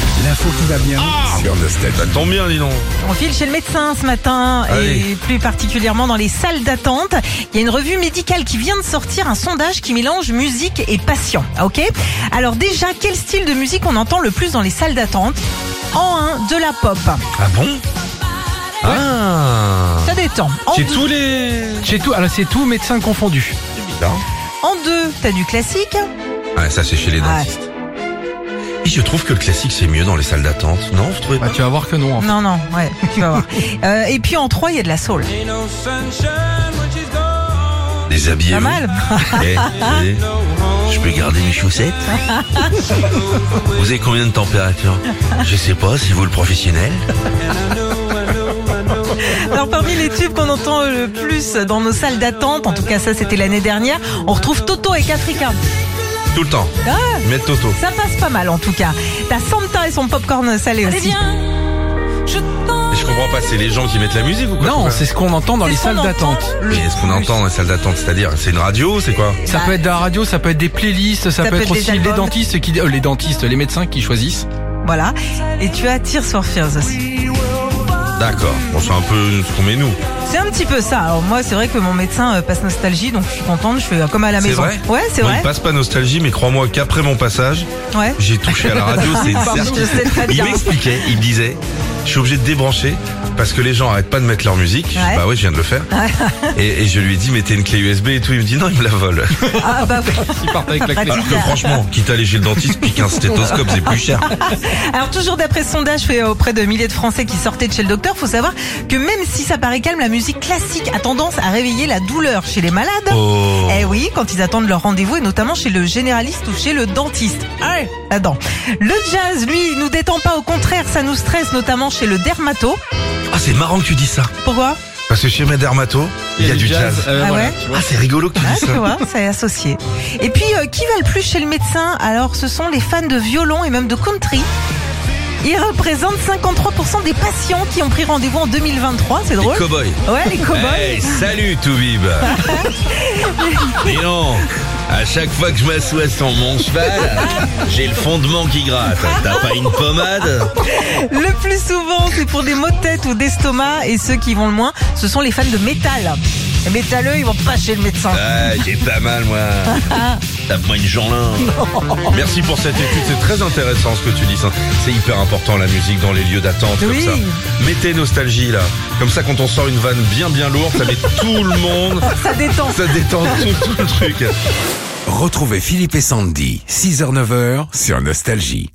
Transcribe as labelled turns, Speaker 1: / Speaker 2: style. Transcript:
Speaker 1: l'info qui va bien.
Speaker 2: Sur Nostalgie.
Speaker 3: Ça tombe bien, dis donc.
Speaker 4: On file chez le médecin ce matin
Speaker 3: Allez.
Speaker 4: et plus particulièrement dans les salles d'attente. Il y a une revue médicale qui vient de sortir un sondage qui mélange musique et patient. Ah, Ok Alors déjà, quel style de musique on entend le plus dans les salles d'attente En 1, de la pop.
Speaker 3: Ah bon Ah
Speaker 4: Ça détend. En
Speaker 3: J'ai
Speaker 4: deux-
Speaker 3: tous les.
Speaker 1: C'est tout, alors c'est tout médecin confondu.
Speaker 4: En 2, t'as du classique.
Speaker 3: Ah, ça, c'est chez les
Speaker 4: Ah.
Speaker 3: dentistes. Et je trouve que le classique, c'est mieux dans les salles d'attente. Non, vous trouvez
Speaker 1: Bah,
Speaker 3: pas
Speaker 1: tu vas voir que non. en fait.
Speaker 4: Non, non, ouais, tu vas voir. Euh, et puis en 3, il y a de la soul.
Speaker 3: Déshabillez-vous.
Speaker 4: Pas mal.
Speaker 3: Eh, eh, je peux garder mes chaussettes Vous avez combien de température Je sais pas, si vous le professionnel.
Speaker 4: Alors parmi les tubes qu'on entend le plus dans nos salles d'attente, en tout cas ça c'était l'année dernière, on retrouve Toto et Capricorn.
Speaker 3: Tout le temps.
Speaker 4: Ah.
Speaker 3: Mettre Toto.
Speaker 4: Ça passe pas mal en tout cas. T'as Santa et son popcorn salé aussi.
Speaker 3: Mais Je comprends pas, c'est les gens qui mettent la musique ou quoi
Speaker 1: Non, c'est ce qu'on entend dans
Speaker 4: C'est
Speaker 1: les
Speaker 4: ce qu'on
Speaker 1: salles
Speaker 4: entend
Speaker 1: d'attente.
Speaker 4: le
Speaker 3: Mais est-ce qu'on
Speaker 4: plus.
Speaker 3: entend dans les salles d'attente C'est-à-dire, c'est une radio, c'est quoi
Speaker 1: Ça
Speaker 4: Bah,
Speaker 1: peut être de la radio, ça peut être des playlists, ça, peut, être
Speaker 4: des
Speaker 1: aussi les
Speaker 4: albums.
Speaker 1: dentistes qui, euh, les dentistes, les médecins qui choisissent.
Speaker 4: Voilà. Et tu as Tears for Fears aussi.
Speaker 3: D'accord, on c'est un peu ce qu'on met nous.
Speaker 4: C'est un petit peu ça. Alors moi, c'est vrai que mon médecin euh, passe nostalgie, donc je suis contente, je suis euh, comme à la
Speaker 3: C'est
Speaker 4: maison.
Speaker 3: vrai
Speaker 4: ouais, c'est
Speaker 3: Moi,
Speaker 4: vrai.
Speaker 3: il passe pas nostalgie, mais crois-moi qu'après mon passage,
Speaker 4: Ouais.
Speaker 3: j'ai touché à la radio, c'est
Speaker 4: Pardon, je sais
Speaker 3: certain.
Speaker 4: très
Speaker 3: Il
Speaker 4: bien.
Speaker 3: m'expliquait, il me disait, je suis obligé de débrancher parce que les gens arrêtent pas de mettre leur musique. Je dis,
Speaker 4: Ouais.
Speaker 3: bah ouais, je viens de le faire. Et, et je lui ai dit, mettez une clé USB et tout. Il me dit, non, il me la vole.
Speaker 4: Ah bah.
Speaker 1: Ils partent avec la clé.
Speaker 3: Alors que franchement, quitte à aller chez le dentiste, puis qu'un stéthoscope, c'est plus cher.
Speaker 4: Alors toujours d'après ce sondage fait euh, auprès de milliers de Français qui sortaient de chez le docteur, faut savoir que même si ça paraît calme, la musique classique a tendance à réveiller la douleur chez les malades.
Speaker 3: Oh.
Speaker 4: Eh oui, quand ils attendent leur rendez-vous et notamment chez le généraliste ou chez le dentiste. Ah Ouais, là-dedans. Le jazz, lui, il nous détend pas, au contraire, ça nous stresse, notamment chez le dermato.
Speaker 3: Ah, c'est marrant que tu dis ça.
Speaker 4: Pourquoi
Speaker 3: Parce que chez mes dermatos, il y a du jazz.
Speaker 1: euh,
Speaker 4: Ah
Speaker 1: voilà,
Speaker 4: ouais
Speaker 1: tu vois.
Speaker 3: Ah, c'est rigolo que tu
Speaker 4: Ah,
Speaker 3: dis
Speaker 4: tu
Speaker 3: ça.
Speaker 4: vois, c'est associé. Et puis, euh, qui va le plus chez le médecin Alors, ce sont les fans de violon et même de country. Ils représentent 53% des patients qui ont pris rendez-vous en 2023, c'est drôle.
Speaker 3: Les cow-boys.
Speaker 4: Ouais, les cow-boys.
Speaker 3: Hey, salut Toubib Mais non à chaque fois que je m'assois sur mon cheval, j'ai le fondement qui gratte. T'as pas une pommade
Speaker 4: Le plus souvent, c'est pour des maux de tête ou d'estomac. Et ceux qui vont le moins, ce sont les fans de métal. Les métalleux, ils vont pas chez le médecin.
Speaker 3: Ah, j'ai pas mal, moi. Tape-moi une Jeanlin. Merci pour cette étude. C'est très intéressant ce que tu dis. ça. C'est hyper important, la musique, dans les lieux d'attente, comme
Speaker 4: Oui.
Speaker 3: ça. Mettez nostalgie, là. Comme ça, quand on sort une vanne bien, bien lourde, ça met tout le monde.
Speaker 4: Ça détend.
Speaker 3: Ça détend tout, tout le truc.
Speaker 2: Retrouvez Philippe et Sandy, 6h-9h sur Nostalgie.